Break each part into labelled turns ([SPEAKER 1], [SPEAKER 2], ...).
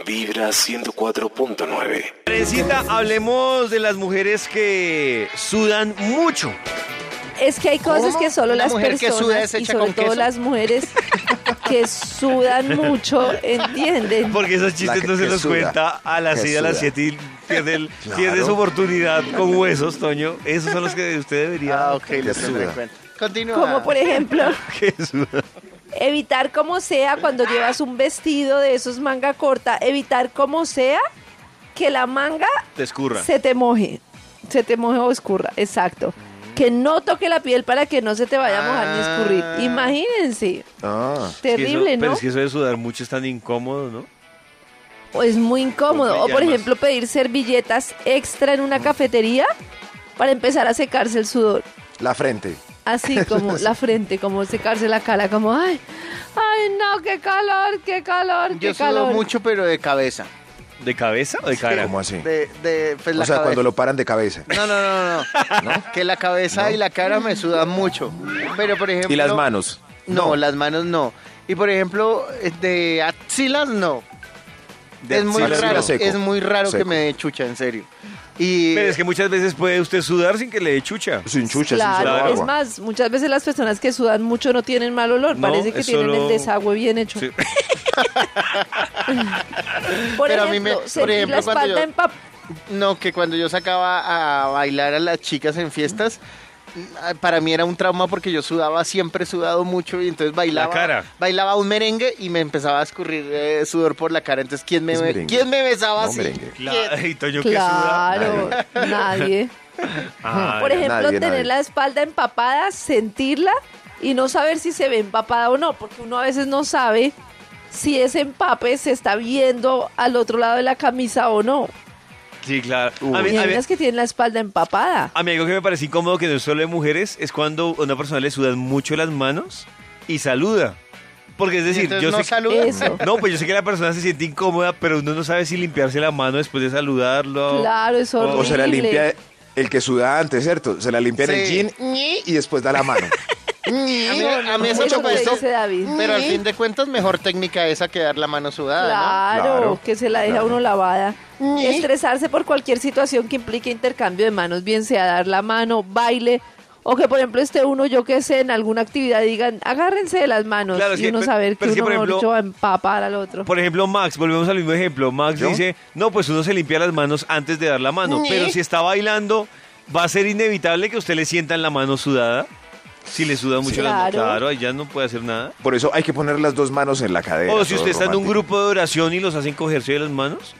[SPEAKER 1] Vibra 104.9.
[SPEAKER 2] Teresita, hablemos de las mujeres que sudan mucho.
[SPEAKER 3] Es que hay cosas
[SPEAKER 4] ¿Cómo?
[SPEAKER 3] que solo
[SPEAKER 4] Una
[SPEAKER 3] las
[SPEAKER 4] mujer que suda
[SPEAKER 3] personas
[SPEAKER 4] es
[SPEAKER 3] y
[SPEAKER 4] hecha
[SPEAKER 3] sobre
[SPEAKER 4] con
[SPEAKER 3] todo
[SPEAKER 4] queso.
[SPEAKER 3] las mujeres que sudan mucho entienden.
[SPEAKER 2] Porque esos chistes
[SPEAKER 5] que-
[SPEAKER 2] no se
[SPEAKER 5] que
[SPEAKER 2] los
[SPEAKER 5] suda.
[SPEAKER 2] cuenta a las
[SPEAKER 5] Que
[SPEAKER 2] 6 a las
[SPEAKER 5] suda.
[SPEAKER 2] 7 y pierde, el-
[SPEAKER 5] Claro.
[SPEAKER 2] pierde su oportunidad con huesos, Toño. Esos son los que usted debería.
[SPEAKER 4] Ah, ok, lo tendré en
[SPEAKER 5] suda.
[SPEAKER 4] cuenta. Continúa.
[SPEAKER 3] Como por ejemplo,
[SPEAKER 2] que suda.
[SPEAKER 3] evitar como sea cuando llevas un vestido de esos manga corta, evitar como sea que la manga
[SPEAKER 2] Te escurra.
[SPEAKER 3] se te moje, se te moje o escurra, exacto. Que no toque la piel para que no se te vaya a mojar ni
[SPEAKER 4] Ah.
[SPEAKER 3] escurrir. Imagínense,
[SPEAKER 5] Ah,
[SPEAKER 3] terrible,
[SPEAKER 2] Pero
[SPEAKER 3] ¿no?
[SPEAKER 2] es que eso de sudar mucho es tan incómodo, ¿no?
[SPEAKER 3] O es muy incómodo. O
[SPEAKER 2] Horrible,
[SPEAKER 3] por
[SPEAKER 2] además.
[SPEAKER 3] ejemplo pedir servilletas extra en una
[SPEAKER 4] Mm.
[SPEAKER 3] cafetería para empezar a secarse el sudor.
[SPEAKER 5] la frente.
[SPEAKER 3] Así como la frente, como secarse la cara, como ay, ay no, qué calor, qué calor, qué
[SPEAKER 4] Yo sudo
[SPEAKER 3] calor.
[SPEAKER 4] mucho, pero de cabeza.
[SPEAKER 2] ¿De cabeza o de cara?
[SPEAKER 5] ¿Cómo así?
[SPEAKER 4] De, de, pues,
[SPEAKER 5] O
[SPEAKER 4] la
[SPEAKER 5] sea,
[SPEAKER 4] cabeza.
[SPEAKER 5] cuando lo paran de cabeza.
[SPEAKER 4] No, no, no, no, no. Que la cabeza y la cara me sudan mucho. Pero, por ejemplo...
[SPEAKER 5] ¿Y las manos?
[SPEAKER 4] No, las manos no. Y, por ejemplo, eh, de axilas no.
[SPEAKER 2] De
[SPEAKER 4] es muy
[SPEAKER 5] axilas no.
[SPEAKER 4] raro,
[SPEAKER 5] Seco,
[SPEAKER 4] es muy raro que
[SPEAKER 5] seco.
[SPEAKER 4] me dé chucha, en serio. Y...
[SPEAKER 2] Pero es que muchas veces puede usted sudar sin que le dé chucha.
[SPEAKER 5] Sin chucha, sin
[SPEAKER 3] Claro,
[SPEAKER 5] solo
[SPEAKER 3] es
[SPEAKER 5] agua.
[SPEAKER 3] más, muchas veces las personas que sudan mucho no tienen mal olor,
[SPEAKER 2] No,
[SPEAKER 3] parece que
[SPEAKER 2] es
[SPEAKER 3] tienen
[SPEAKER 2] solo-
[SPEAKER 3] el desagüe bien hecho.
[SPEAKER 2] Sí.
[SPEAKER 3] Por
[SPEAKER 4] Pero a mí
[SPEAKER 3] ejemplo,
[SPEAKER 4] me-
[SPEAKER 3] sentir
[SPEAKER 4] por ejemplo,
[SPEAKER 3] la
[SPEAKER 4] cuando
[SPEAKER 3] espalda
[SPEAKER 4] yo-
[SPEAKER 3] en pap-
[SPEAKER 4] No, que cuando yo sacaba a bailar a las chicas en fiestas, mm, para mí era un trauma porque yo sudaba, siempre he sudado mucho y entonces bailaba,
[SPEAKER 2] cara.
[SPEAKER 4] bailaba un merengue y me empezaba a escurrir eh, sudor por la cara. Entonces, ¿quién me,
[SPEAKER 5] Es merengue.
[SPEAKER 4] ¿quién me besaba
[SPEAKER 5] No,
[SPEAKER 4] así?
[SPEAKER 5] merengue.
[SPEAKER 2] Claro. Y Toño
[SPEAKER 3] Claro, nadie.
[SPEAKER 2] que suda. Ah,
[SPEAKER 3] Por ejemplo,
[SPEAKER 5] nadie,
[SPEAKER 3] tener
[SPEAKER 5] nadie.
[SPEAKER 3] la espalda empapada, sentirla y no saber si se ve empapada o no, porque uno a veces no sabe si ese empape se está viendo al otro lado de la camisa o no.
[SPEAKER 2] Sí, claro. A
[SPEAKER 3] Y
[SPEAKER 2] mí, a
[SPEAKER 3] hay
[SPEAKER 2] mí-
[SPEAKER 3] unas que tienen la espalda empapada.
[SPEAKER 2] a mí algo que me parece incómodo que no es solo de mujeres es cuando a una persona le sudan mucho las manos y saluda. Porque es
[SPEAKER 4] Y
[SPEAKER 2] decir,
[SPEAKER 4] entonces
[SPEAKER 2] yo
[SPEAKER 4] no
[SPEAKER 2] sé
[SPEAKER 4] saluda.
[SPEAKER 3] Eso.
[SPEAKER 2] No, pues yo sé que la persona se siente incómoda, pero uno no sabe si limpiarse la mano después de saludarlo.
[SPEAKER 3] Claro, es
[SPEAKER 2] O-
[SPEAKER 3] horrible.
[SPEAKER 5] O se la limpia el que suda antes, ¿cierto? Se la limpia en el
[SPEAKER 4] Sí.
[SPEAKER 5] jean ñi, y después da la mano.
[SPEAKER 4] A mí, a mí eso
[SPEAKER 3] Eso
[SPEAKER 4] me
[SPEAKER 3] que
[SPEAKER 4] gustó,
[SPEAKER 3] dice David.
[SPEAKER 4] pero al fin de cuentas, mejor técnica esa que dar la mano sudada, ¿no?
[SPEAKER 3] Claro,
[SPEAKER 5] Claro,
[SPEAKER 3] que se la deja
[SPEAKER 5] claro.
[SPEAKER 3] uno lavada. Estresarse por cualquier situación que implique intercambio de manos, bien sea dar la mano, baile, o que por ejemplo esté uno, yo que sé, en alguna actividad digan, agárrense de las manos
[SPEAKER 2] Claro, es
[SPEAKER 3] y
[SPEAKER 2] que-
[SPEAKER 3] uno
[SPEAKER 2] pe-
[SPEAKER 3] saber que
[SPEAKER 2] pero
[SPEAKER 3] uno
[SPEAKER 2] es que, por
[SPEAKER 3] mejor
[SPEAKER 2] ejemplo-
[SPEAKER 3] dicho, va a empapar al otro.
[SPEAKER 2] Por ejemplo, Max, volvemos al mismo ejemplo. Max
[SPEAKER 5] ¿Yo?
[SPEAKER 2] dice, no, pues uno se limpia las manos antes de dar la mano, pero si está bailando, va a ser inevitable que usted le sienta en la mano sudada. Si le suda mucho la mano,
[SPEAKER 3] Claro.
[SPEAKER 2] claro, ahí ya no puede hacer nada.
[SPEAKER 5] Por eso hay que poner las dos manos en la cadera.
[SPEAKER 2] O si
[SPEAKER 5] todo
[SPEAKER 2] usted está en un
[SPEAKER 5] Eh, romántico.
[SPEAKER 2] grupo de oración y los hacen cogerse de las manos,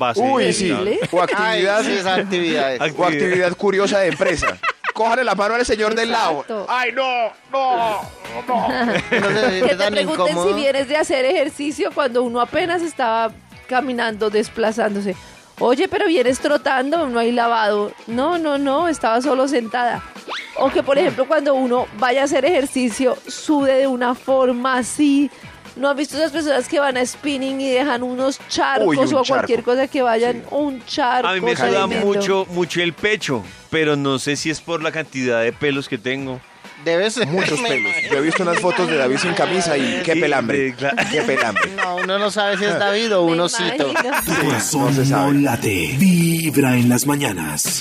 [SPEAKER 2] va a ser
[SPEAKER 5] Uy, sí.
[SPEAKER 2] inevitable.
[SPEAKER 3] Terrible.
[SPEAKER 5] O
[SPEAKER 4] Ay,
[SPEAKER 5] actividad,
[SPEAKER 4] sí, esas actividades.
[SPEAKER 2] Ac-
[SPEAKER 5] o actividad curiosa de empresa. Cójale la mano al señor del lado.
[SPEAKER 3] Exacto.
[SPEAKER 5] ¡Ay, no! ¡No! ¡No!
[SPEAKER 4] Entonces, es
[SPEAKER 3] que te
[SPEAKER 4] tan
[SPEAKER 3] pregunten si
[SPEAKER 4] incómodo.
[SPEAKER 3] vienes de hacer ejercicio cuando uno apenas estaba caminando, desplazándose. Oye, pero vienes trotando, no hay lavado. No, no, no, estaba solo sentada. O que, por ejemplo, cuando uno vaya a hacer ejercicio, sude de una forma así. ¿No han visto esas personas que van a spinning y dejan unos charcos
[SPEAKER 5] Uy, un
[SPEAKER 3] o cualquier
[SPEAKER 5] charco.
[SPEAKER 3] cosa que vayan?
[SPEAKER 5] Sí.
[SPEAKER 3] Un charco.
[SPEAKER 2] A mí me suda
[SPEAKER 3] tremendo.
[SPEAKER 2] mucho, mucho el pecho, pero no sé si es por la cantidad de pelos que tengo.
[SPEAKER 4] Debe ser.
[SPEAKER 5] Muchos pelos. Yo he visto unas fotos de David sin camisa y qué
[SPEAKER 2] Sí,
[SPEAKER 5] pelambre.
[SPEAKER 2] de- claro.
[SPEAKER 5] Qué pelambre.
[SPEAKER 4] No, uno no sabe si es David o
[SPEAKER 3] Me
[SPEAKER 4] un osito.
[SPEAKER 3] imagino.
[SPEAKER 1] Tu corazón
[SPEAKER 5] no se
[SPEAKER 1] no,
[SPEAKER 5] sabe.
[SPEAKER 1] late. Vibra en las mañanas.